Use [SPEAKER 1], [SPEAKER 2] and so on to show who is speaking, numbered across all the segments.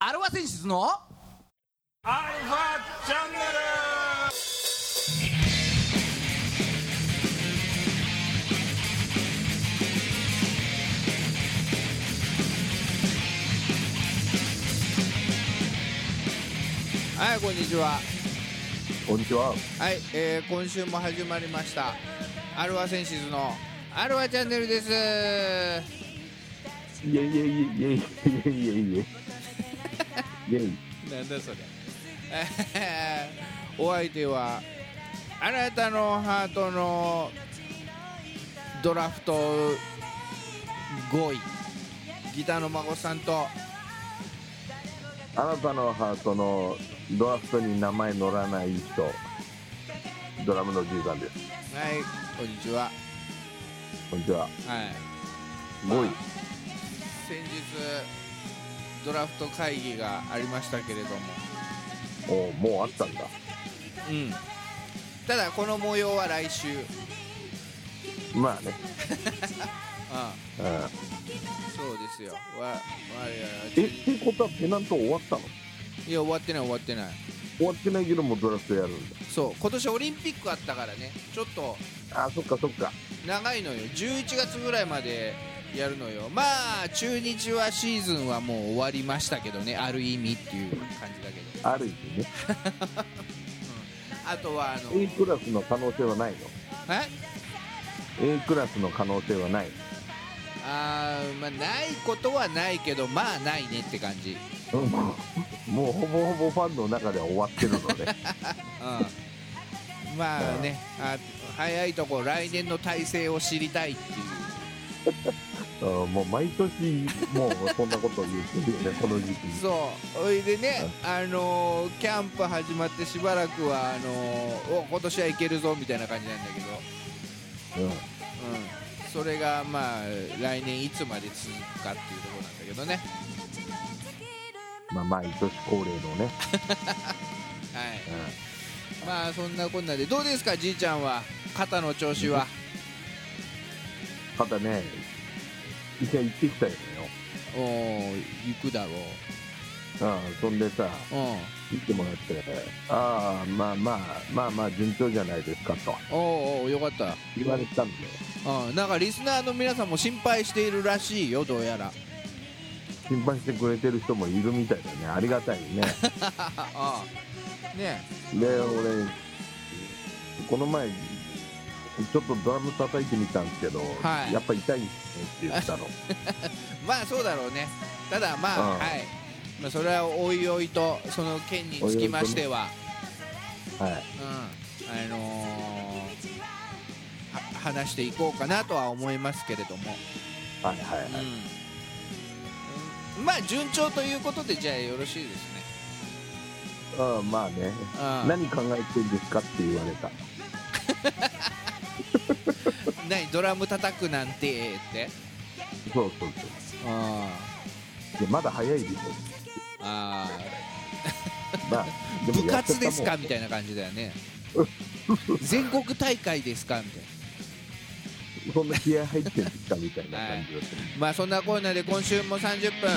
[SPEAKER 1] アルファ選出の
[SPEAKER 2] アルファチャンネル
[SPEAKER 3] はいこんにちは
[SPEAKER 4] こんにちは。
[SPEAKER 3] はい、えー今週も始まりましたアルファセンシズのアルファチャンネルです
[SPEAKER 4] いえいえいえいえいえいえいえ。イェイ。
[SPEAKER 3] なんだそれえー お相手はあなたのハートのドラフト5位ギターの孫さんと
[SPEAKER 4] あなたのハートのドラフトに名前乗らない人。ドラムのじいさんです。
[SPEAKER 3] はい、こんにちは。
[SPEAKER 4] こんにちは。
[SPEAKER 3] はい。
[SPEAKER 4] 5位。
[SPEAKER 3] 先日ドラフト会議がありましたけれども、
[SPEAKER 4] おうもうあったんだ。
[SPEAKER 3] うん。ただこの模様は来週、うん、
[SPEAKER 4] まあね。うん、
[SPEAKER 3] そうですよ。わ、わい
[SPEAKER 4] え、
[SPEAKER 3] や、
[SPEAKER 4] ってことはペナント終わったの
[SPEAKER 3] いや終わってない終わってない。
[SPEAKER 4] 終わってないけどもうドラフトやるんだ。
[SPEAKER 3] そう、今年オリンピックあったからね、ちょっと
[SPEAKER 4] あ、そっかそっか。
[SPEAKER 3] 長いのよ。11月ぐらいまで。やるのよまあ中日はシーズンはもう終わりましたけどねある意味っていう感じだけど
[SPEAKER 4] ある意味ね。
[SPEAKER 3] あとはあの
[SPEAKER 4] A クラスの可能性はないの。
[SPEAKER 3] え
[SPEAKER 4] A クラスの可能性はない。
[SPEAKER 3] あーまあないことはないけどまあないねって感じ、
[SPEAKER 4] うん、もうほぼほぼファンの中では終わってるので、
[SPEAKER 3] うん、まあねあ早いとこ来年の体制を知りたいっていう
[SPEAKER 4] うんもう毎年もうそんなこと言ってるよ ねこの時期に
[SPEAKER 3] そうおいでね、あのーキャンプ始まってしばらくはあのーお今年はいけるぞみたいな感じなんだけど、
[SPEAKER 4] う
[SPEAKER 3] うん、それがまあ来年いつまで続くかっていうところなんだけどね、
[SPEAKER 4] ん、まあ毎年恒例のね、
[SPEAKER 3] はい、
[SPEAKER 4] うん、
[SPEAKER 3] まあそんなこんなでどうですかじいちゃんは肩の調子は、
[SPEAKER 4] ただね医者行ってきたよね
[SPEAKER 3] おー行くだろう
[SPEAKER 4] うん、そんでさ
[SPEAKER 3] うん
[SPEAKER 4] 行ってもらってああまあまあまあまあ順調じゃないですかと
[SPEAKER 3] おうおうよかった
[SPEAKER 4] 言われたんで
[SPEAKER 3] うん、なんかリスナーの皆さんも心配しているらしいよどうやら
[SPEAKER 4] 心配してくれてる人もいるみたいだねありがたい ね
[SPEAKER 3] ああね
[SPEAKER 4] で俺この前ちょっとドラム叩いてみたんですけど、
[SPEAKER 3] はい
[SPEAKER 4] やっぱ痛いねって言ったの
[SPEAKER 3] まあそうだろうねただまあ、
[SPEAKER 4] うん
[SPEAKER 3] はい、まあ、それはおいおいとその件につきましては
[SPEAKER 4] は
[SPEAKER 3] う
[SPEAKER 4] い
[SPEAKER 3] んあのーは話していこうかなとは思いますけれども、
[SPEAKER 4] はいはいはい、
[SPEAKER 3] うんうんまあ順調ということでじゃあよろしいですね
[SPEAKER 4] ああまあね、
[SPEAKER 3] うん
[SPEAKER 4] 何考えてんですかって言われた
[SPEAKER 3] 何ドラム叩くなんてって
[SPEAKER 4] そうそう
[SPEAKER 3] あ
[SPEAKER 4] そういやまだ早いでしょ
[SPEAKER 3] あ
[SPEAKER 4] まあで
[SPEAKER 3] 部活ですかみ
[SPEAKER 4] い
[SPEAKER 3] たいな感じだよね全国大会ですかみたい
[SPEAKER 4] なそんな気合入ってんですかみたいな感じだっ
[SPEAKER 3] なまあそんなコーナーで今週も30分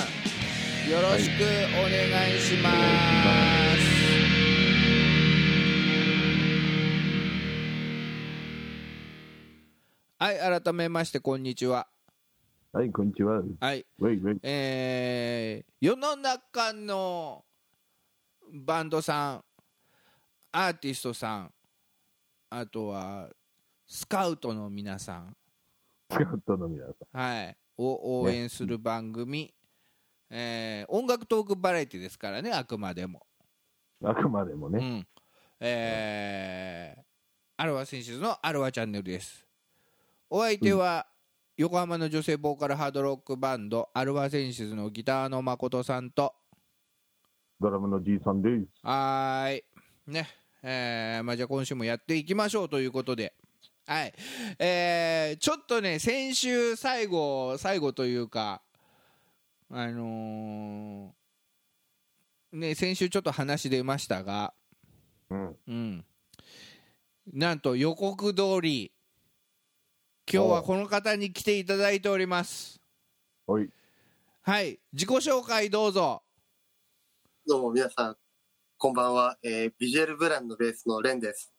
[SPEAKER 3] よろしくお願いします、はい、改めましてこんにちは
[SPEAKER 4] たはいこんにちは
[SPEAKER 3] はい
[SPEAKER 4] ウェイウェイ
[SPEAKER 3] えー世の中のバンドさんアーティストさんあとはスカウトの皆さん、
[SPEAKER 4] スカウトの皆さん
[SPEAKER 3] はい、を応援する番組、えー音楽トークバラエティですからねあくまでも、
[SPEAKER 4] あくまでも
[SPEAKER 3] う
[SPEAKER 4] ね、
[SPEAKER 3] んえーアルワ選手のアルワチャンネルですお相手は、横浜の女性ボーカルハードロックバンドアルワセンシズのギターの誠さんと
[SPEAKER 4] ドラムのじいさんです
[SPEAKER 3] はーい。ね。えーまあ、じゃあ今週もやっていきましょうということで。はい。えーちょっとね、先週最後、最後というか、あのーね、先週ちょっと話出ましたが、
[SPEAKER 4] うん
[SPEAKER 3] うん。なんと予告通り、今日はこの方に来ていただいております。
[SPEAKER 4] おい
[SPEAKER 3] はい。自己紹介どうぞ。
[SPEAKER 1] どうも皆さん、こんばんは。えービジュエルブランのベースのレンです。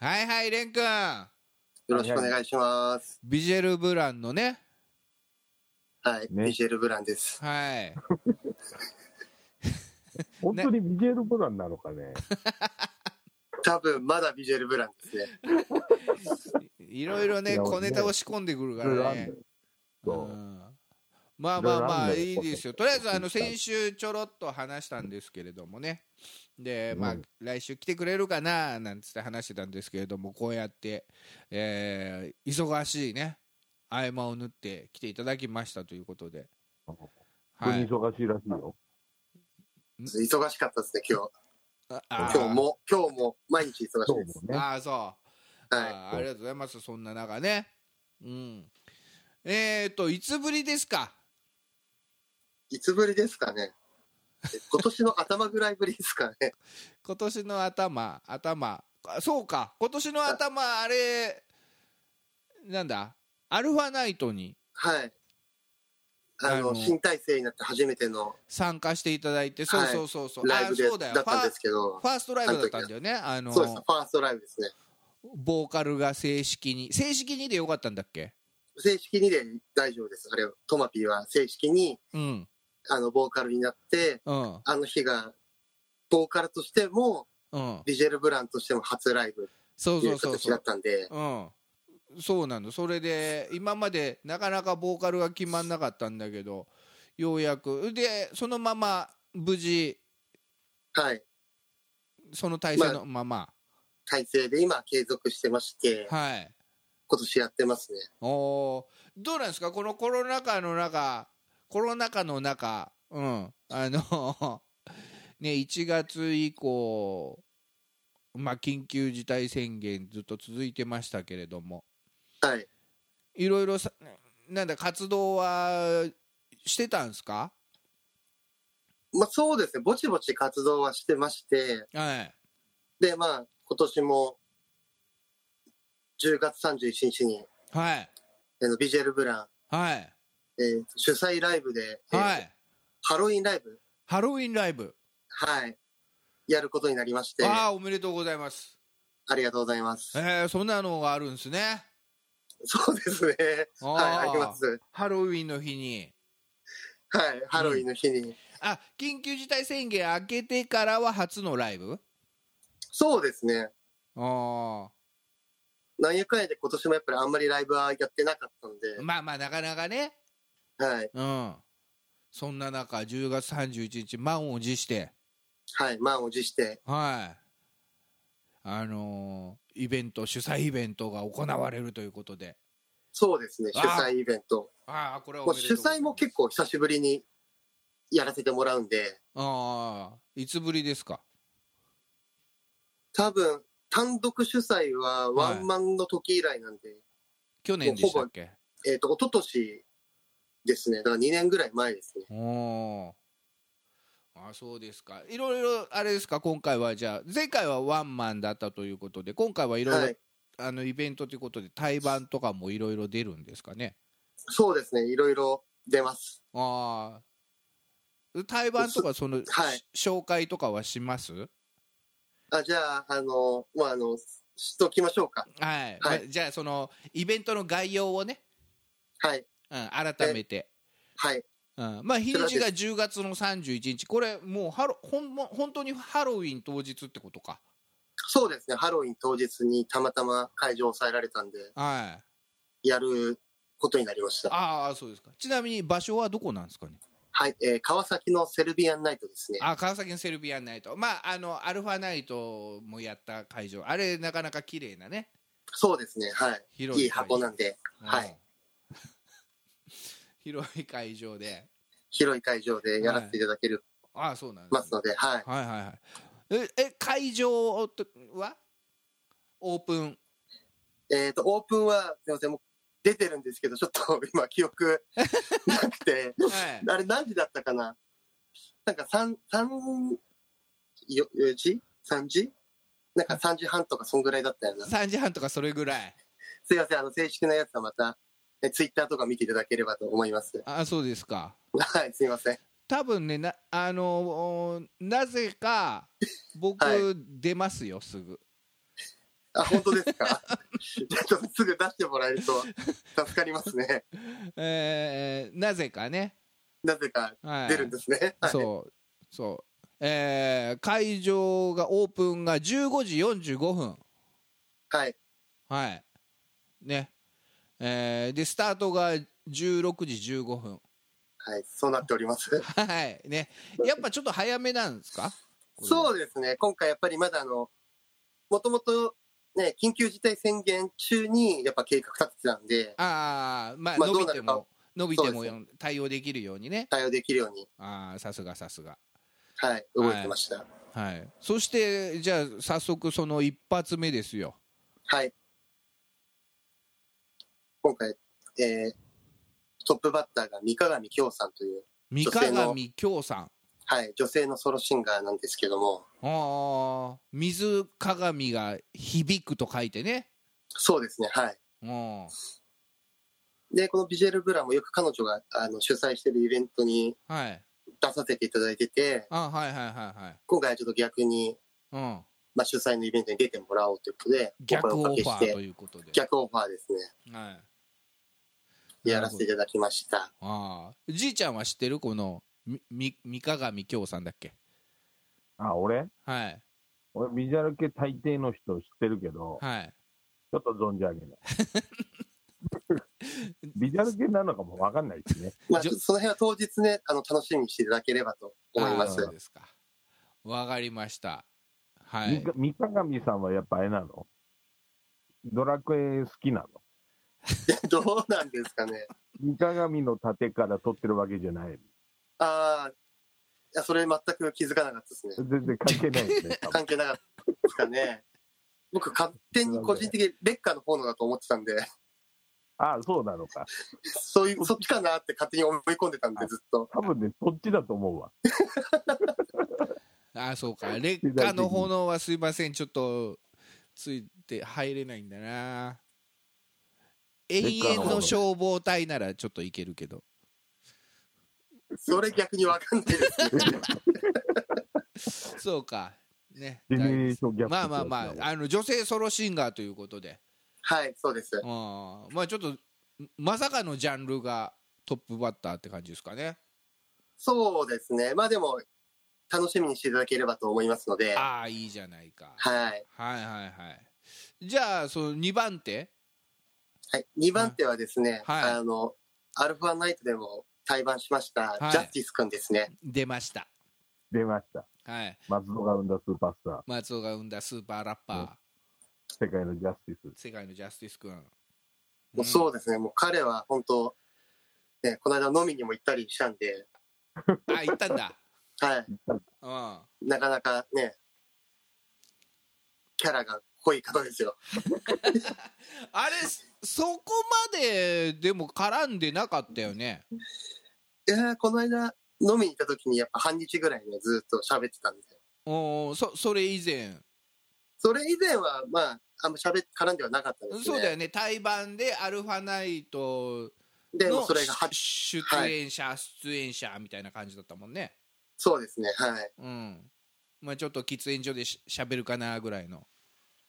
[SPEAKER 3] はいはい蓮くん
[SPEAKER 1] よろしくお願いします。
[SPEAKER 3] ビジェルブランのね
[SPEAKER 1] はい、
[SPEAKER 4] ね
[SPEAKER 1] ビジュエルブランです。
[SPEAKER 3] はい
[SPEAKER 4] 本当にビジュエルブランなのかね。
[SPEAKER 1] 多分まだビジュエルブランですね。
[SPEAKER 3] いろいろ
[SPEAKER 4] い
[SPEAKER 3] ね
[SPEAKER 4] や
[SPEAKER 3] 小ネタを仕込んでくるからね
[SPEAKER 4] ブラン
[SPEAKER 3] う
[SPEAKER 4] ド
[SPEAKER 3] んまあまあま
[SPEAKER 4] ブラン
[SPEAKER 3] あ
[SPEAKER 4] ド
[SPEAKER 3] いいですよとりあえずあの先週ちょろっと話したんですけれどもねでまあ
[SPEAKER 4] うん
[SPEAKER 3] 来週来てくれるかななんつって話してたんですけれどもこうやってえー忙しいね合間を縫って来ていただきましたということで
[SPEAKER 4] 本当
[SPEAKER 3] は
[SPEAKER 4] に
[SPEAKER 3] い
[SPEAKER 4] 忙しいらしいよ。
[SPEAKER 1] 忙しかったですね、今日。
[SPEAKER 3] あ
[SPEAKER 1] 今
[SPEAKER 3] あ
[SPEAKER 1] 日も、今日も毎日忙し
[SPEAKER 4] そ
[SPEAKER 1] いうです。
[SPEAKER 4] もね。
[SPEAKER 3] ああそう
[SPEAKER 1] はい。
[SPEAKER 3] あーありがとうございます、そんな中ね。うん、えっ、と、いつぶりですか、
[SPEAKER 1] いつぶりですかね。え今年の頭ぐらいぶりですかね。
[SPEAKER 3] 今年の頭、頭、あそうか、今年の頭、あれ、なんだ、アルファナイトに
[SPEAKER 1] はい。あ
[SPEAKER 3] あ
[SPEAKER 1] の、
[SPEAKER 3] の
[SPEAKER 1] 新体制になって初めての
[SPEAKER 3] 参加していただいて、そうそうそうそう、
[SPEAKER 1] ライ
[SPEAKER 3] あ
[SPEAKER 1] ブで
[SPEAKER 3] そうだ
[SPEAKER 1] だ
[SPEAKER 3] よ
[SPEAKER 1] ったんですけど
[SPEAKER 3] フ、ァーストライブだったんだよね、あの
[SPEAKER 1] そうです、ファーストライブですね。
[SPEAKER 3] ボーカルが正式に、正式にでよかったんだっけ
[SPEAKER 1] 正式にで大丈夫です。あれ、トマピーは正式に、
[SPEAKER 3] うん、
[SPEAKER 1] あの、ボーカルになって、
[SPEAKER 3] うん、
[SPEAKER 1] あの日が、ボーカルとしても、
[SPEAKER 3] うん、
[SPEAKER 1] ビジェル・ブランとしても初ライブ
[SPEAKER 3] そう
[SPEAKER 1] とい
[SPEAKER 3] そううそうそ
[SPEAKER 1] 形だ
[SPEAKER 3] う
[SPEAKER 1] っ。たんで、
[SPEAKER 3] うん、そうなのそれで今までなかなかボーカルが決まんなかったんだけどようやくでそのまま無事
[SPEAKER 1] はい。
[SPEAKER 3] その体制のまま、
[SPEAKER 1] 体制で今継続してまして、
[SPEAKER 3] はい
[SPEAKER 1] 今年やってますね。
[SPEAKER 3] おーどうなんですかこのコロナ禍の中コロナ禍の中うんあの ね1月以降まあ緊急事態宣言ずっと続いてましたけれども
[SPEAKER 1] はい。
[SPEAKER 3] いろいろさなんだ活動はしてたんですか
[SPEAKER 1] まあそうですね、ぼちぼち活動はしてまして、
[SPEAKER 3] はい
[SPEAKER 1] で、まあ、今年も、10月31日に、
[SPEAKER 3] はい
[SPEAKER 1] あのビジュエル・ブラ
[SPEAKER 3] はい
[SPEAKER 1] ン、えー主催ライブで、えー
[SPEAKER 3] はい
[SPEAKER 1] ハロウィンライブ、
[SPEAKER 3] ハロウィンライブ、
[SPEAKER 1] はい、やることになりまして、
[SPEAKER 3] あ
[SPEAKER 1] あ
[SPEAKER 3] あおめでとうございます
[SPEAKER 1] りがとうございます。
[SPEAKER 3] えー、そんなのがあるんですね
[SPEAKER 1] そうですね。
[SPEAKER 3] あー
[SPEAKER 1] はい、あります。
[SPEAKER 3] ハロウィンの日に
[SPEAKER 1] はい、ハロウィンの日に。
[SPEAKER 3] あ緊急事態宣言明けてからは初のライブ
[SPEAKER 1] そうですね。
[SPEAKER 3] あ
[SPEAKER 1] なんやかんやで今年もやっぱりあんまりライブはやってなかったん
[SPEAKER 3] あ
[SPEAKER 1] で、
[SPEAKER 3] まあまあなかなかね
[SPEAKER 1] はい、
[SPEAKER 3] うんそんな中10月31日満を持して
[SPEAKER 1] はい、満を持して、
[SPEAKER 3] はいあのーイベント主催イベントが行われるということで
[SPEAKER 1] そうですね、主
[SPEAKER 3] あ
[SPEAKER 1] 催イベント。
[SPEAKER 3] ああこれはお
[SPEAKER 1] ま
[SPEAKER 3] め
[SPEAKER 1] あ
[SPEAKER 3] でと
[SPEAKER 1] 主
[SPEAKER 3] うござい
[SPEAKER 1] 催も結構久しぶりにやらせてもらうんで、
[SPEAKER 3] ああいつぶりですか
[SPEAKER 1] 多分、単独主催はワンマンの時以来なんで、
[SPEAKER 3] 去年でしたっけ
[SPEAKER 1] えっ、と、一昨年ですね。だから2年ぐらい前ですね。
[SPEAKER 3] おおーあそうですかいろいろあれですか今回はじゃあ前回はワンマンだったということで今回はいろいろ、
[SPEAKER 1] はい。
[SPEAKER 3] あのイベントということで対バンとかもいろいろ出るんですかね
[SPEAKER 1] そうですね。いろいろ出ます。
[SPEAKER 3] ああ対バンとかその、
[SPEAKER 1] はい
[SPEAKER 3] し紹介とかはします
[SPEAKER 1] あ、じゃあ、あの、まあ、あの、しときましょうか。
[SPEAKER 3] はい、まあじゃあそのイベントの概要をね、
[SPEAKER 1] はい。
[SPEAKER 3] うん、改めて、
[SPEAKER 1] はい。
[SPEAKER 3] うん、まあ日にちが10月の31日これもうハロほんま本当にハロウィン当日ってことか
[SPEAKER 1] そうですね。ハロウィン当日にたまたま会場を抑えられたんで、
[SPEAKER 3] はい
[SPEAKER 1] やることになりました。
[SPEAKER 3] ああそうですかちなみに場所はどこなんですかね
[SPEAKER 1] はい。えー川崎のセルビアンナイトですね。
[SPEAKER 3] あ川崎のセルビアンナイトまああのアルファナイトもやった会場あれなかなか綺麗なね
[SPEAKER 1] そうですね。はい。
[SPEAKER 3] 広い
[SPEAKER 1] いい箱なんで、
[SPEAKER 3] うん
[SPEAKER 1] はい
[SPEAKER 3] 広い会場で
[SPEAKER 1] 広い会場でやらせていただける
[SPEAKER 3] ああそうなんで
[SPEAKER 1] ますす、ので、はい。
[SPEAKER 3] はいはいはいええ会場とはオープ ン
[SPEAKER 1] えっ、と、オープンは、すいません、もう出てるんですけど、ちょっと今、記憶 なくて、
[SPEAKER 3] はい
[SPEAKER 1] あれ何時だったかななんか3、3、よ4時 ?3 時なんか3時半とか、そんぐらいだったよな。
[SPEAKER 3] 3時半とかそれぐらい
[SPEAKER 1] すいません、あの、正式なやつはまた、えツイッターとか見ていただければと思います。
[SPEAKER 3] ああそうですか
[SPEAKER 1] はい、すいません。
[SPEAKER 3] 多分ねなあのーなぜか僕、
[SPEAKER 1] はい
[SPEAKER 3] 出ますよすぐ
[SPEAKER 1] あ、本当ですか ちょっとすぐ出してもらえると助かりますね。
[SPEAKER 3] えーなぜかね、
[SPEAKER 1] なぜか
[SPEAKER 3] はい、
[SPEAKER 1] 出るんですね。はい、
[SPEAKER 3] そうそうえー会場がオープンが15時45分
[SPEAKER 1] はい。
[SPEAKER 3] はいねえーでスタートが16時15分
[SPEAKER 1] はい。そうなっております。
[SPEAKER 3] はいねやっぱちょっと早めなんですかう
[SPEAKER 1] そうですね。今回やっぱりまだあの、もともとね、緊急事態宣言中にやっぱ計画立ててたんで、
[SPEAKER 3] ああまあ
[SPEAKER 1] まあ
[SPEAKER 3] 伸びて
[SPEAKER 1] どうなる
[SPEAKER 3] も伸びて
[SPEAKER 1] そ
[SPEAKER 3] も
[SPEAKER 1] うで
[SPEAKER 3] 対応できるようにね
[SPEAKER 1] 対応できるように、
[SPEAKER 3] ああさすがさすが
[SPEAKER 1] はい、動いてました。はい。
[SPEAKER 3] はいそしてじゃあ早速その一発目ですよ
[SPEAKER 1] 今回、えー、トップバッターが三鏡京さんという、
[SPEAKER 3] 三
[SPEAKER 1] 女性の
[SPEAKER 3] 上京さん
[SPEAKER 1] はい、女性のソロシンガーなんですけども、
[SPEAKER 3] ああ水鏡が響くと書いてね
[SPEAKER 1] そうですね、はい。
[SPEAKER 3] うん
[SPEAKER 1] で、このビジュアルブラもよく彼女があの主催してるイベントに
[SPEAKER 3] はい
[SPEAKER 1] 出させていただいてて、
[SPEAKER 3] あはいはいはいはい
[SPEAKER 1] 今回はちょっと逆に、
[SPEAKER 3] うん、
[SPEAKER 1] まあ、主催のイベントに出てもらおうということで、
[SPEAKER 3] 逆
[SPEAKER 1] お
[SPEAKER 3] オ
[SPEAKER 1] 声
[SPEAKER 3] フ
[SPEAKER 1] を
[SPEAKER 3] ァ
[SPEAKER 1] おかけ
[SPEAKER 3] ーと
[SPEAKER 1] して、
[SPEAKER 3] いうことで。
[SPEAKER 1] 逆オファーですね、
[SPEAKER 3] はい、
[SPEAKER 1] やらせていただきました。
[SPEAKER 3] ああじいちゃんは知ってるこのみみ三鏡京さんだっけ
[SPEAKER 4] あ、俺
[SPEAKER 3] はい
[SPEAKER 4] 俺、ビジュアル系大抵の人知ってるけど、
[SPEAKER 3] はい
[SPEAKER 4] ちょっと存じ上げない。 ビジュアル系なのかもわかんないしね。
[SPEAKER 1] まあ、
[SPEAKER 3] じ
[SPEAKER 1] ち
[SPEAKER 3] ょ
[SPEAKER 1] ょっとその辺は当日ね、あの楽しみにしていただければと思いま
[SPEAKER 3] ああそう
[SPEAKER 1] す。
[SPEAKER 3] ですかわかりましたは
[SPEAKER 4] 三
[SPEAKER 3] い
[SPEAKER 4] か三上さんはやっぱあれなのドラクエ好きなの
[SPEAKER 1] どうなんですかね。
[SPEAKER 4] 三上の盾から取ってるわけじゃない。
[SPEAKER 1] ああ、いや、それ全く気づかなかったですね。
[SPEAKER 4] 全然関係ない ですね。多分
[SPEAKER 1] 関係なかったですかね。僕、勝手に個人的にレッカーの方のだと思ってたんで、
[SPEAKER 4] あそうなのか。
[SPEAKER 1] そういう、そっちかなって勝手に思い込んでたんで、ずっと。
[SPEAKER 4] 多分ね、そっちだと思うわ。
[SPEAKER 3] ああそうか劣化の炎はすいませんちょっとついて入れないんだな永
[SPEAKER 4] 劣化の
[SPEAKER 3] 遠
[SPEAKER 4] 炎
[SPEAKER 3] の消防隊ならちょっといけるけど
[SPEAKER 1] それ逆にわかんないです ね。
[SPEAKER 3] そうかね
[SPEAKER 4] ジェネレーションギャップ。
[SPEAKER 3] まあまあまああの女性ソロシンガーということで
[SPEAKER 1] はい、そうです。
[SPEAKER 3] うんまあちょっとまさかのジャンルがトップバッターって感じですかね
[SPEAKER 1] そうですね。まあでも、楽しみにしていただければと思いますので、は
[SPEAKER 3] ああいいじゃないか
[SPEAKER 1] い。
[SPEAKER 3] はいはいはいじゃあその2番手
[SPEAKER 1] はい、2番手はですね、
[SPEAKER 3] はい
[SPEAKER 1] あの、アルファナイトでも対バンしました、
[SPEAKER 3] はい
[SPEAKER 1] ジャスティス君ですね。
[SPEAKER 3] 出ました
[SPEAKER 4] 出ました。
[SPEAKER 3] はい
[SPEAKER 4] 松戸が生んだスーパースタ
[SPEAKER 3] 松尾が生んだスーパーラッパー
[SPEAKER 4] ー、世界のジャスティス。
[SPEAKER 3] 世界のジャスティス君、
[SPEAKER 1] もうそうですね、もう彼は本当、ね、この間飲みにも行ったりしたんで、
[SPEAKER 3] うんあ行ったんだ
[SPEAKER 1] はい、
[SPEAKER 3] うんは
[SPEAKER 1] なかなかね、キャラが濃い方ですよ。
[SPEAKER 3] いあれそこまででも絡んでなかったよね
[SPEAKER 1] いやーこの間飲みに行った時にやっぱ半日ぐらいね、ずっと喋ってたんで、
[SPEAKER 3] おーそそれ以前
[SPEAKER 1] それ以前はまあ、あんま喋っ絡んではなかったんです
[SPEAKER 3] そうだよ
[SPEAKER 1] ね。
[SPEAKER 3] ね対バンでアルファナイト
[SPEAKER 1] でも
[SPEAKER 3] の
[SPEAKER 1] うそれがは、
[SPEAKER 3] 出演者、出演者みたいな感じだったもんね
[SPEAKER 1] そうですね、はい。
[SPEAKER 3] うんまあちょっと喫煙所でししゃべるかなぐらいの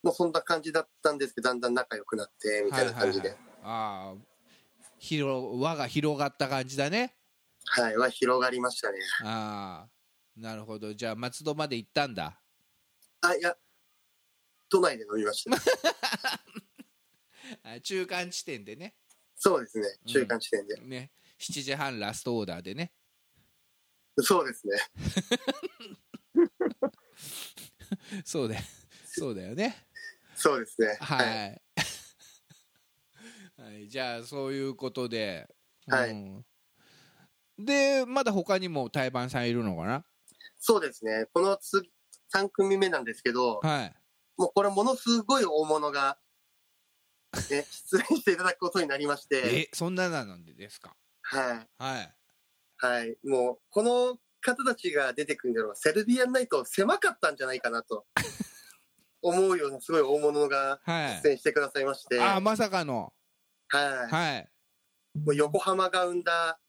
[SPEAKER 1] もうそんな感じだったんですけど、だんだん仲良くなって、みたいな感じで、
[SPEAKER 3] は
[SPEAKER 1] はい
[SPEAKER 3] はいはい、ああ広輪が広がった感じだね
[SPEAKER 1] い、は広がりましたね。
[SPEAKER 3] ああなるほどじゃあ松戸まで行ったんだ
[SPEAKER 1] あ、いや、都内で飲み ました。
[SPEAKER 3] あ中間地点でね
[SPEAKER 1] そうですね、中間地点で。
[SPEAKER 3] ね7時半ラストオーダーでね
[SPEAKER 1] そうですね。
[SPEAKER 3] そうだよそうだよね
[SPEAKER 1] そうですね。
[SPEAKER 3] はい、 はい、じゃあそういうことで、
[SPEAKER 1] はい
[SPEAKER 3] んでまだ他にも対バンさんいるのかな
[SPEAKER 1] そうですね。この次、3組目なんですけど、
[SPEAKER 3] はい
[SPEAKER 1] もうこれものすごい大物が、 ね、出演していただくことになりまして、
[SPEAKER 3] えそんななんでですか
[SPEAKER 1] はい。
[SPEAKER 3] はい
[SPEAKER 1] はい。もう、この方たちが出てくるんだろう、セルビアンナイト狭かったんじゃないかなと、 思うようなすごい大物が
[SPEAKER 3] はい
[SPEAKER 1] 出演してくださいまして、
[SPEAKER 3] あ
[SPEAKER 1] は
[SPEAKER 3] ーまさかの
[SPEAKER 1] い。
[SPEAKER 3] はい
[SPEAKER 1] もう横浜が生んだ、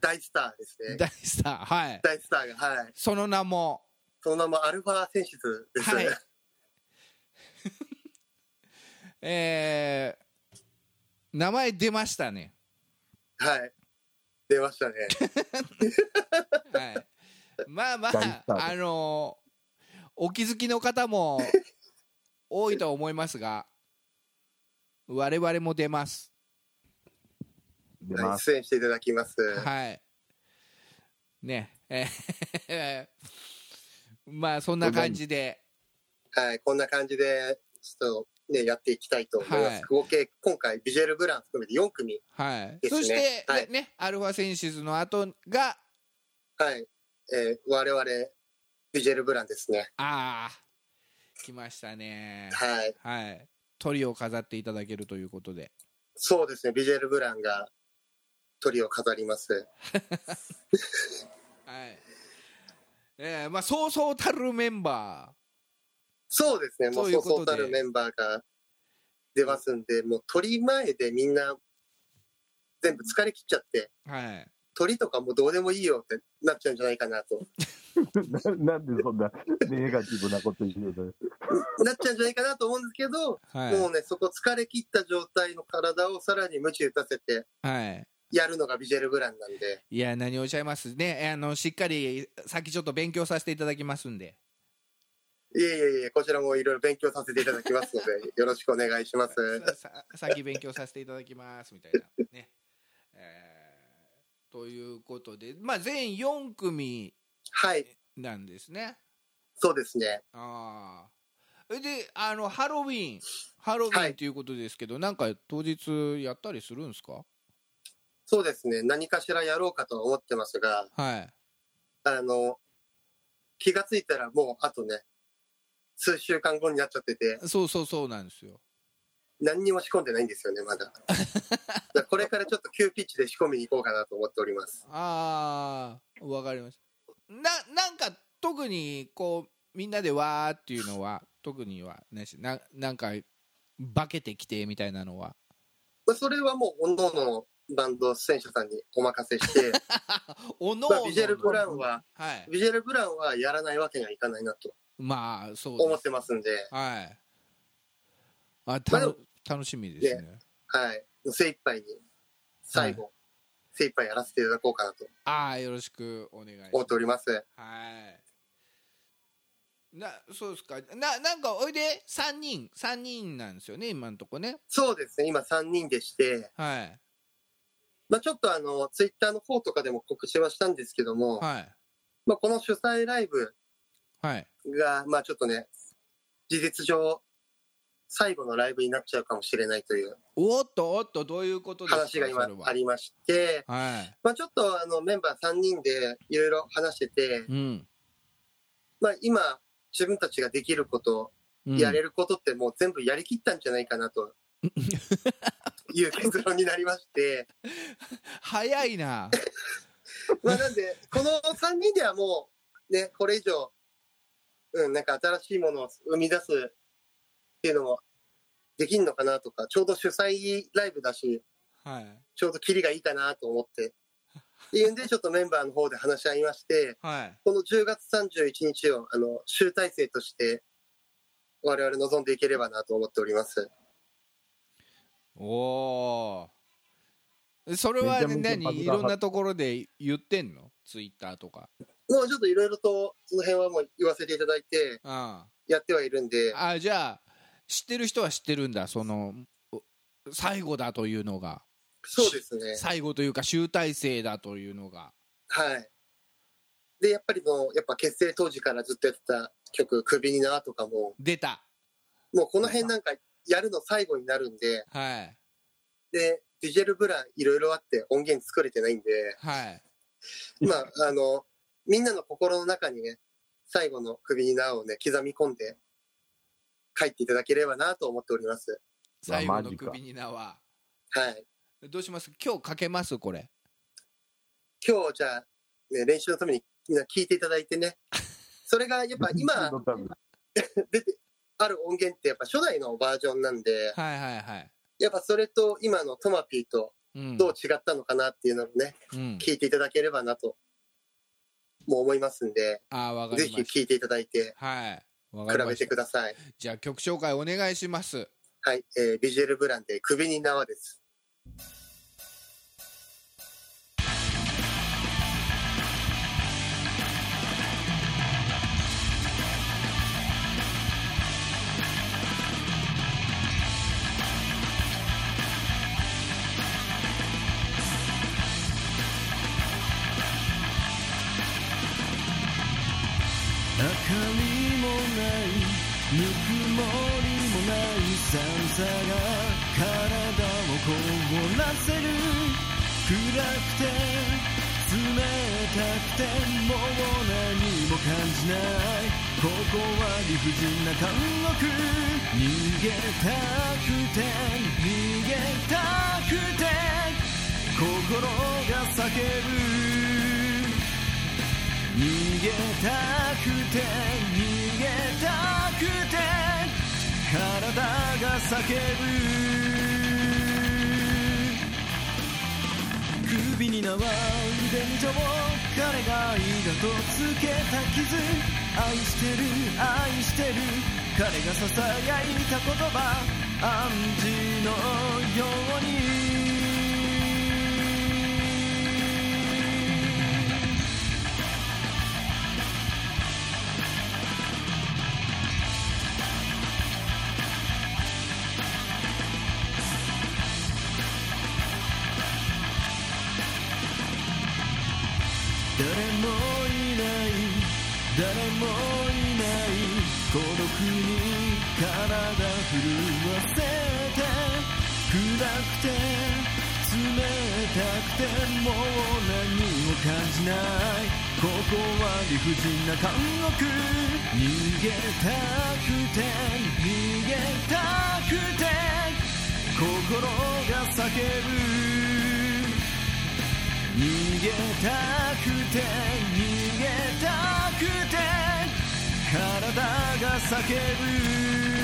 [SPEAKER 1] 大スターですね。
[SPEAKER 3] 大スターはい
[SPEAKER 1] 大スターが、はい。
[SPEAKER 3] その名も
[SPEAKER 1] その名もアルファ選出です。
[SPEAKER 3] はいえー名前出ましたね
[SPEAKER 1] はい。出ましたね。
[SPEAKER 3] はいまあま
[SPEAKER 4] 大ス
[SPEAKER 3] あ
[SPEAKER 4] ターで
[SPEAKER 3] あのーお気づきの方 も多いと思いますが我々も出ます
[SPEAKER 4] 出 ます。
[SPEAKER 1] 出演していただきます。
[SPEAKER 3] はいね えーまあそんな感じで
[SPEAKER 1] はい。こんな感じで、ちょっとね、やっていきたいと思います。
[SPEAKER 3] はい
[SPEAKER 1] 合計、今回、ビジュエルブラン含めて4組。
[SPEAKER 3] はい、
[SPEAKER 1] ですね
[SPEAKER 3] そして、ね
[SPEAKER 1] はい
[SPEAKER 3] ねアルファセンシズの後が
[SPEAKER 1] はい。えー我々、ビジュエルブランですね。
[SPEAKER 3] ああ来ましたね
[SPEAKER 1] はい。
[SPEAKER 3] はいトリを飾っていただけるということで
[SPEAKER 1] そうですね。ビジュエルブランが、トリを飾ります。
[SPEAKER 3] はいえー、まあそうそうたるメンバ
[SPEAKER 1] そうですね。も
[SPEAKER 3] と
[SPEAKER 1] う
[SPEAKER 3] いう
[SPEAKER 1] そう
[SPEAKER 3] ことで
[SPEAKER 1] そうたるメンバーが出ますんで、もう鳥前でみんな、全部疲れ切っちゃって、
[SPEAKER 3] ーはい
[SPEAKER 1] 鳥とかもうどうでもいいよってなっちゃうんじゃないかなと。
[SPEAKER 4] な なんでそんなネガティブなこと言うの
[SPEAKER 1] なっちゃうんじゃないかなと思うんですけど、も
[SPEAKER 3] は
[SPEAKER 1] うね、そこ疲れ切った状態の体をさらに無知打たせて
[SPEAKER 3] い、はい、
[SPEAKER 1] やるのがビジェルブランなんで、
[SPEAKER 3] いや何をおっしゃいますねあのしっかり先ちょっと勉強させていただきますんで
[SPEAKER 1] いえいえいえ、こちらもいろいろ勉強させていただきますので、よろしくお願いします。
[SPEAKER 3] ささ先勉強させていただきますみたいなね、えーということでまあ全4組
[SPEAKER 1] はい、
[SPEAKER 3] なんですね
[SPEAKER 1] そうですね。
[SPEAKER 3] ああであのハロウィンハロウ
[SPEAKER 1] は
[SPEAKER 3] ィン
[SPEAKER 1] い
[SPEAKER 3] ということですけど、なんか当日やったりするんですか
[SPEAKER 1] そうですね。何かしらやろうかとは思ってますが、
[SPEAKER 3] はい
[SPEAKER 1] あの、気がついたらもうあとね、数週間後になっちゃってて、
[SPEAKER 3] そうそうそうなんですよ
[SPEAKER 1] 何にも仕込んでないんですよね、まだ。だからこれからちょっと急ピッチで仕込みに行こうかなと思っております。
[SPEAKER 3] ああわかりましたななんか特にこうみんなでわーっていうのは特にはないしななんか化けてきてみたいなのは
[SPEAKER 1] まあ、それはもう、各々のバンド出演者さんにお任せして、
[SPEAKER 3] おのおの
[SPEAKER 1] まあ、
[SPEAKER 3] の
[SPEAKER 1] ビジェル・ブラウンは、
[SPEAKER 3] はい
[SPEAKER 1] ビジェル・ブラウンはやらないわけにはいかないなと
[SPEAKER 3] まあそう
[SPEAKER 1] 思
[SPEAKER 3] で
[SPEAKER 1] っ
[SPEAKER 3] す
[SPEAKER 1] てますんで、
[SPEAKER 3] はいあたの
[SPEAKER 1] ま
[SPEAKER 3] 楽しみですね
[SPEAKER 1] はい、精一杯に、最後、精一杯やらせていただこうかなと
[SPEAKER 3] ああよろしくお願いしま
[SPEAKER 1] 思っ
[SPEAKER 3] す
[SPEAKER 1] ております。
[SPEAKER 3] はい。な、そうですか。な、なんか、おいで、三人、三人なんですよね、今のとこね。
[SPEAKER 1] そうですね、今3人でして、
[SPEAKER 3] はい。
[SPEAKER 1] まあ、ちょっとあの、ツイッターの方とかでも告知はしたんですけども、
[SPEAKER 3] はい。
[SPEAKER 1] まあ、この主催ライブ
[SPEAKER 3] はい。
[SPEAKER 1] が、まあちょっとね、事実上、最後のライブになっちゃうかもしれないという
[SPEAKER 3] おっと、おっと、どういうことですか。
[SPEAKER 1] 話が今
[SPEAKER 3] それは
[SPEAKER 1] ありまして、
[SPEAKER 3] はい。
[SPEAKER 1] まあちょっとあのメンバー3人でいろいろ話してて、
[SPEAKER 3] うん。
[SPEAKER 1] まあ今、自分たちができること、
[SPEAKER 3] うん
[SPEAKER 1] やれることってもう全部やりきったんじゃないか なという結論になりまして、
[SPEAKER 3] 早いな。
[SPEAKER 1] まあなんで、この3人ではもう、ね、これ以上、うん、なんか新しいものを生み出すっていうのもできんのかなとか、ちょうど主催ライブだし、
[SPEAKER 3] はい。
[SPEAKER 1] ちょうどキリがいいかなと思って、っていうんで、ちょっとメンバーの方で話し合いまして、
[SPEAKER 3] はい。
[SPEAKER 1] この10月31日を、あの、集大成として、我々望んでいければなと思っております。
[SPEAKER 3] おお。それは、
[SPEAKER 4] めちゃめちゃ
[SPEAKER 3] 何、
[SPEAKER 4] 爆弾
[SPEAKER 3] いろんなところで言ってんの。ツイッターとか。
[SPEAKER 1] もうちょっといろいろと、その辺はもう言わせていただいて、
[SPEAKER 3] あ
[SPEAKER 1] やってはいるんで、
[SPEAKER 3] あ、じゃあ、知ってる人は知ってるんだ、その。お最後だというのが。
[SPEAKER 1] そうですね。
[SPEAKER 3] 最後というか集大成だというのが
[SPEAKER 1] はい。で、やっぱりもう、やっぱ結成当時からずっとやってた曲、首に縄とかも、
[SPEAKER 3] 出た
[SPEAKER 1] もうこの辺なんかやるの最後になるんで、
[SPEAKER 3] はい
[SPEAKER 1] で、ディジェルブランいろいろあって音源作れてないんで、
[SPEAKER 3] はい
[SPEAKER 1] まあ、あの、みんなの心の中にね、最後の首に縄をね、刻み込んで、書いていただければなと思っております。
[SPEAKER 3] 最後
[SPEAKER 4] マ
[SPEAKER 3] の
[SPEAKER 4] ジか
[SPEAKER 3] 首に縄
[SPEAKER 1] はい。
[SPEAKER 3] どうします今日かけますこれ
[SPEAKER 1] 今日、じゃあ、ね、練習のためにみんな聞いていただいてね、それがやっ ぱ今
[SPEAKER 4] のため
[SPEAKER 1] 出てある音源ってやっぱ初代のバージョンなんで、
[SPEAKER 3] はいはいはい
[SPEAKER 1] やっぱそれと今のトマピーと
[SPEAKER 3] うん
[SPEAKER 1] どう違ったのかなっていうのをね、
[SPEAKER 3] うん、
[SPEAKER 1] 聞いていただければなと、もう思いますんで、
[SPEAKER 3] ああわか
[SPEAKER 1] ぜ
[SPEAKER 3] り
[SPEAKER 1] ひ
[SPEAKER 3] まし
[SPEAKER 1] 聞いていただいて、
[SPEAKER 3] たはいわか
[SPEAKER 1] 比
[SPEAKER 3] りま
[SPEAKER 1] べ
[SPEAKER 3] してた
[SPEAKER 1] ください。
[SPEAKER 3] じゃあ曲紹介お願いします
[SPEAKER 1] はい、えービジュエルブランで首に縄です。
[SPEAKER 5] 明かりもないぬくもりもない寒さが体を凍らせる暗くて冷たくてもう何も感じないここは理不尽な監獄逃げたくて逃げたくて心が叫ぶ逃げたくて逃げたくて体が叫ぶ首に縄腕に錠彼がいだとつけた傷愛してる愛してる彼が囁いた言葉暗示のように誰もいない誰もいない孤独に体震わせて暗くて冷たくてもう何も感じないここは理不尽な監獄逃げたくて逃げたくて心が叫ぶ逃げたくて逃げたくて体が叫ぶ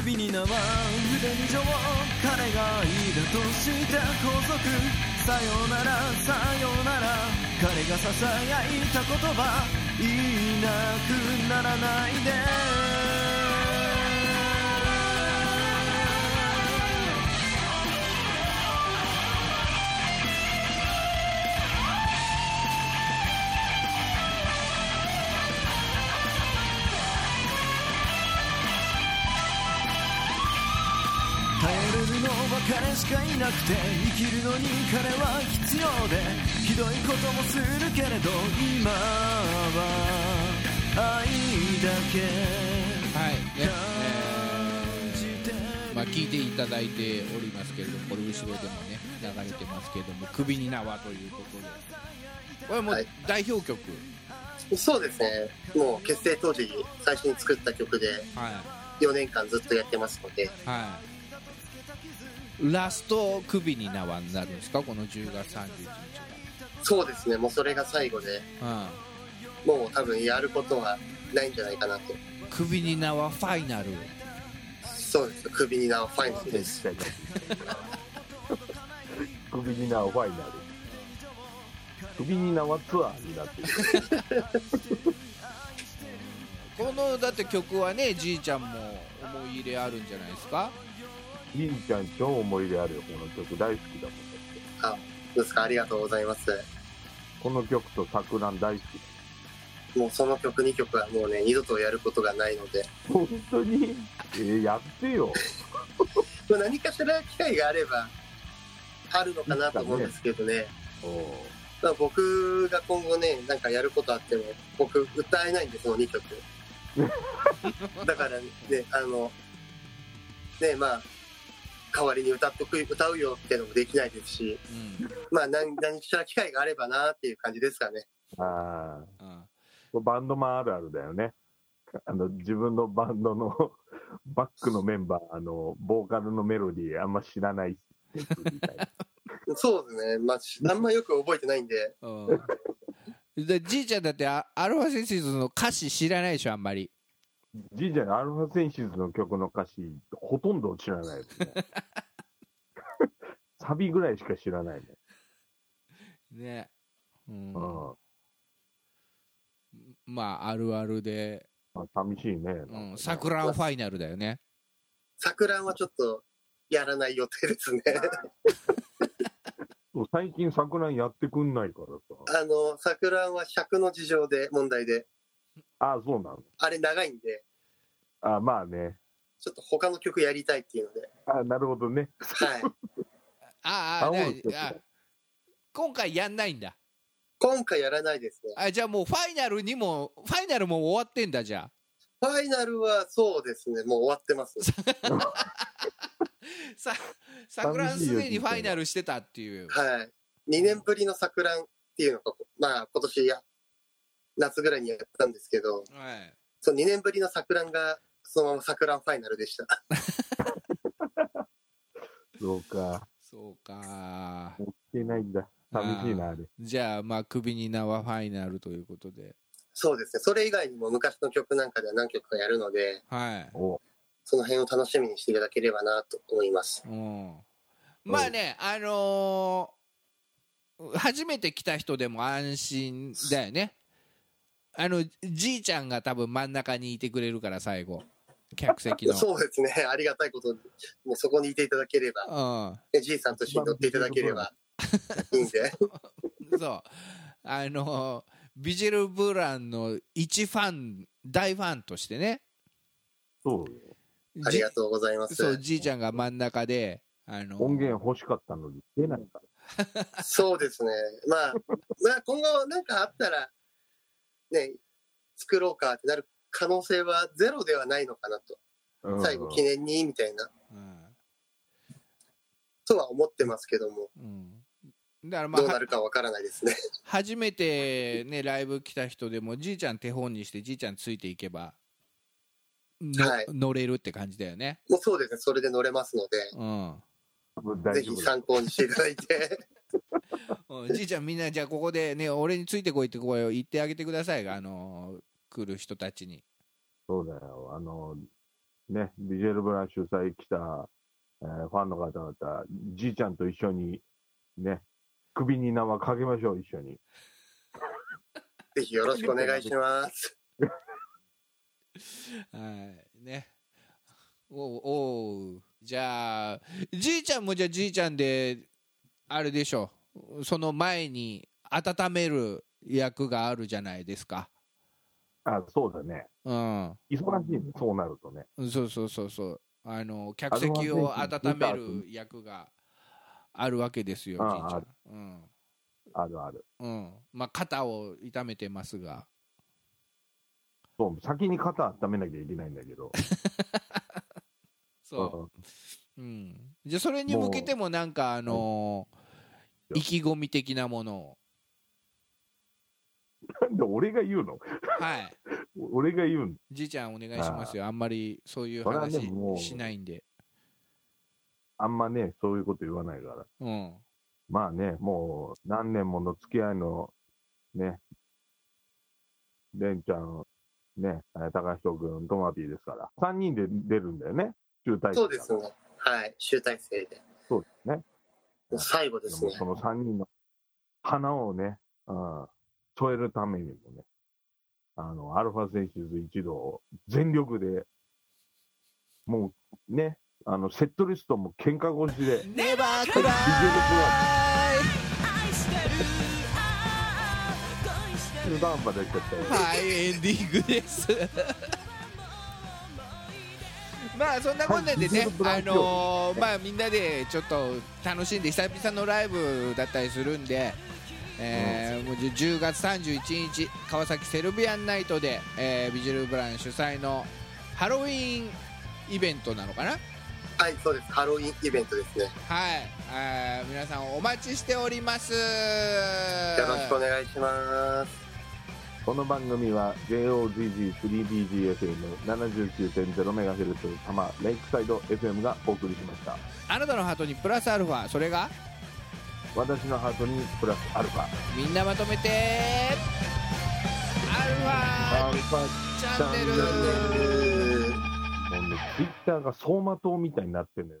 [SPEAKER 5] 首に縄腕に錠彼がいだとした皇族さよならさよなら彼が囁いた言葉いなくならないで頼れるのは彼しかいなくて生きるのに彼は必要でひどいこともするけれど今は愛だけ
[SPEAKER 3] はいね、
[SPEAKER 5] 感じて
[SPEAKER 3] えー
[SPEAKER 5] る
[SPEAKER 3] まあ聞いていただいておりますけれどもこれ後ろでもね流れてますけれども首に縄ということでこれも
[SPEAKER 1] は
[SPEAKER 3] う
[SPEAKER 1] い
[SPEAKER 3] 代表曲
[SPEAKER 1] そうですね、もう結成当時に最初に作った曲で、
[SPEAKER 3] はい、
[SPEAKER 1] 4年間ずっとやってますので、
[SPEAKER 3] はい、ラスト首に縄になるんですかこの10月31
[SPEAKER 1] そうですね、もうそれが最後で、
[SPEAKER 3] 日が、
[SPEAKER 1] もう多分やることはないんじゃないかなと。
[SPEAKER 3] うん、首に縄ファイナル
[SPEAKER 1] そうです、首に縄ファイナルです。
[SPEAKER 4] 首に縄ファイナル首に縄ツアーになってる
[SPEAKER 3] このだって曲はねじいちゃんも思い入れあるんじゃないですか
[SPEAKER 4] じいちゃん超思い出あるよこの曲大好きだもんだって
[SPEAKER 1] あ、どうですか、ありがとうございます。
[SPEAKER 4] この曲と「ラン大好き
[SPEAKER 1] もうその曲2曲はもうね、二度とやることがないので、
[SPEAKER 4] 本当にえーやって よ
[SPEAKER 1] まあ、何かしら機会があれば、あるのかなと思うんですけどね。
[SPEAKER 4] おう
[SPEAKER 1] まあ、僕が今後ね、なんかやることあっても、僕歌えないんです、その2曲。だからね、あの、ね、まあ、代わりに歌っとく、歌うよっていうのもできないですし、
[SPEAKER 3] うん、
[SPEAKER 1] まあ何、何かしら機会があればなっていう感じですかね。
[SPEAKER 4] あ
[SPEAKER 3] うん
[SPEAKER 4] ーバンドマンあるあるだよねあの自分のバンドの バックのメンバーあのボーカルのメロディーあんま知らないみたいな
[SPEAKER 1] そうですね。まあ、あんまよく覚えてないんで、
[SPEAKER 3] うん、でじいちゃんだってあアルファセンシズの歌詞知らないでしょあんまり
[SPEAKER 4] 神社のアルファセンシズの曲の歌詞、ほとんど知らないですね。サビぐらいしか知らないね。
[SPEAKER 3] ね、う
[SPEAKER 4] うんん。ま
[SPEAKER 3] まああるあるで、
[SPEAKER 4] あ、寂しいね。
[SPEAKER 3] うん、桜ファイナルだよね
[SPEAKER 1] 桜はちょっとやらない予定ですね。
[SPEAKER 4] そう最近桜やってくんないからさ。
[SPEAKER 1] あの、桜は尺の事情で問題で、
[SPEAKER 4] ああ、そうなの。
[SPEAKER 1] あれ長いんで、
[SPEAKER 4] ああ、まあね。
[SPEAKER 1] ちょっと他の曲やりたいっていうので、
[SPEAKER 4] ああ、なるほどね。
[SPEAKER 1] はい。
[SPEAKER 3] ああ
[SPEAKER 4] 青の
[SPEAKER 3] ね
[SPEAKER 4] 曲
[SPEAKER 3] あ今回やんないんだ
[SPEAKER 1] 今回やらないですね。
[SPEAKER 3] あじゃあもうファイナルにもファイナルも終わってんだじゃあ
[SPEAKER 1] ファイナルはそうですね、もう終わってます。
[SPEAKER 3] さ桜すでにファイナルしてたっていう
[SPEAKER 1] はい。2年ぶりの桜っていうのが、まあ今年や、夏ぐらいにやったんですけど、
[SPEAKER 3] はい
[SPEAKER 1] その2年ぶりの桜が、そのまま桜ファイナルでした。
[SPEAKER 4] そうか。
[SPEAKER 3] そうか
[SPEAKER 4] もってないんだ。寂しいな、あれ。
[SPEAKER 3] じゃあまあ首に縄ファイナルということで
[SPEAKER 1] そうですね。それ以外にも昔の曲なんかでは何曲かやるので、
[SPEAKER 3] はい
[SPEAKER 4] お
[SPEAKER 1] その辺を楽しみにしていただければなと思います。
[SPEAKER 3] うんまあね、あのー初めて来た人でも安心だよね。あの、じいちゃんが多分真ん中にいてくれるから、最後。客席の。
[SPEAKER 1] そうですね。ありがたいことに、もうそこにいていただければ、
[SPEAKER 3] う
[SPEAKER 1] じいさんと一緒に乗っていただけ ればいいんで。
[SPEAKER 3] ん。そう。あのービジル・ブランの一ファン、大ファンとしてね。
[SPEAKER 4] そうよ。
[SPEAKER 3] じ
[SPEAKER 1] ありがとうございます。
[SPEAKER 3] そう、じいちゃんが真ん中で、あのー
[SPEAKER 4] 音源欲しかったのに出ないから。
[SPEAKER 1] そうですね。ま あ、まあ、今後なんかあったら、ね、作ろうかってなる可能性はゼロではないのかなと。
[SPEAKER 4] うん
[SPEAKER 1] 最後記念に、みたいな、
[SPEAKER 3] うん
[SPEAKER 1] とは思ってますけども、
[SPEAKER 3] うん。だからまあ
[SPEAKER 1] どう、なるかわからないですね。
[SPEAKER 3] 初めてねライブ来た人でもじいちゃん手本にしてじいちゃんついていけばの、
[SPEAKER 1] はい
[SPEAKER 3] 乗れるって感じだよね
[SPEAKER 1] もうそうですね。それで乗れますので、
[SPEAKER 3] うん、
[SPEAKER 1] ぜ
[SPEAKER 4] 大丈
[SPEAKER 1] ひ
[SPEAKER 4] 夫だ。
[SPEAKER 1] 参考にしていただいて。
[SPEAKER 3] うんじいちゃんみんなじゃあここでね俺についてこいって声を言ってあげてくださいあのー来る人たちに
[SPEAKER 4] そうだよ。あの、ね、ビジュアルブラン主催来た、えーファンの方々、じいちゃんと一緒に、ね、首に縄かけましょう、一緒に。
[SPEAKER 1] ぜひよろしくお願いします。
[SPEAKER 3] はいねおうおうじゃあじいちゃんもじゃあじいちゃんであれでしょその前に温める役があるじゃないですか
[SPEAKER 4] あ、そうだね。
[SPEAKER 3] うん
[SPEAKER 4] 忙しいね、そうなるとね。
[SPEAKER 3] そうそうそうそうあの客席を温める役があるわけですよ
[SPEAKER 4] ああ
[SPEAKER 3] じいちゃんうん
[SPEAKER 4] あるある。
[SPEAKER 3] うんまあ肩を痛めてますが
[SPEAKER 4] そう、先に肩温めなきゃいけないんだけど。
[SPEAKER 3] そうん、じゃあそれに向けてもなんかあのー
[SPEAKER 4] うん
[SPEAKER 3] 意気込み的なものを
[SPEAKER 4] うんなんで俺が言うの
[SPEAKER 3] はい
[SPEAKER 4] 俺が言うの
[SPEAKER 3] じいちゃんお願いしますよあんまりそういう
[SPEAKER 4] それは
[SPEAKER 3] 話
[SPEAKER 4] ねもう
[SPEAKER 3] しないんで
[SPEAKER 4] あんまね、そういうこと言わないから。
[SPEAKER 3] うん
[SPEAKER 4] まあね、もう何年もの付き合いの、ね、レンちゃん、ね、えー高橋君、トマピーですから、3人で出るんだよね、集大成
[SPEAKER 1] そうですね。はい。集大成で。
[SPEAKER 4] そうですね。
[SPEAKER 1] もう最後です
[SPEAKER 4] でも
[SPEAKER 1] ね。
[SPEAKER 4] その3人の花をね、うん、添えるためにもね、あの、アルファ選手図一同を全力で、もうね、あの、セットリストも喧嘩腰で、ビジュ
[SPEAKER 3] ネバークラ
[SPEAKER 4] アルバンバできちゃったよ。
[SPEAKER 3] はい、エンディングです。 まあそんなことでね、あのーまあみんなでちょっと楽しんで久々のライブだったりするんで、えーもう10月31日川崎セルビアンナイトで、えービジルブラン主催のハロウィーンイベントなのかな。
[SPEAKER 1] はい、そうです。ハロウィンイベントですね。
[SPEAKER 3] はい、あー皆さんお待ちしております。
[SPEAKER 1] よろしくお願いします。
[SPEAKER 4] この番組は JOZZ3BGFM79.0MHz 多摩レイクサイド FM がお送りしました
[SPEAKER 3] あなたのハートにプラスアルファ、それが
[SPEAKER 4] 私のハートにプラスアルファ
[SPEAKER 3] みんなまとめてアア
[SPEAKER 4] ア
[SPEAKER 3] ルフ
[SPEAKER 4] ルファ
[SPEAKER 3] ァチャンネル
[SPEAKER 4] もうね、ツイッターが走馬灯みたいになってんのよ。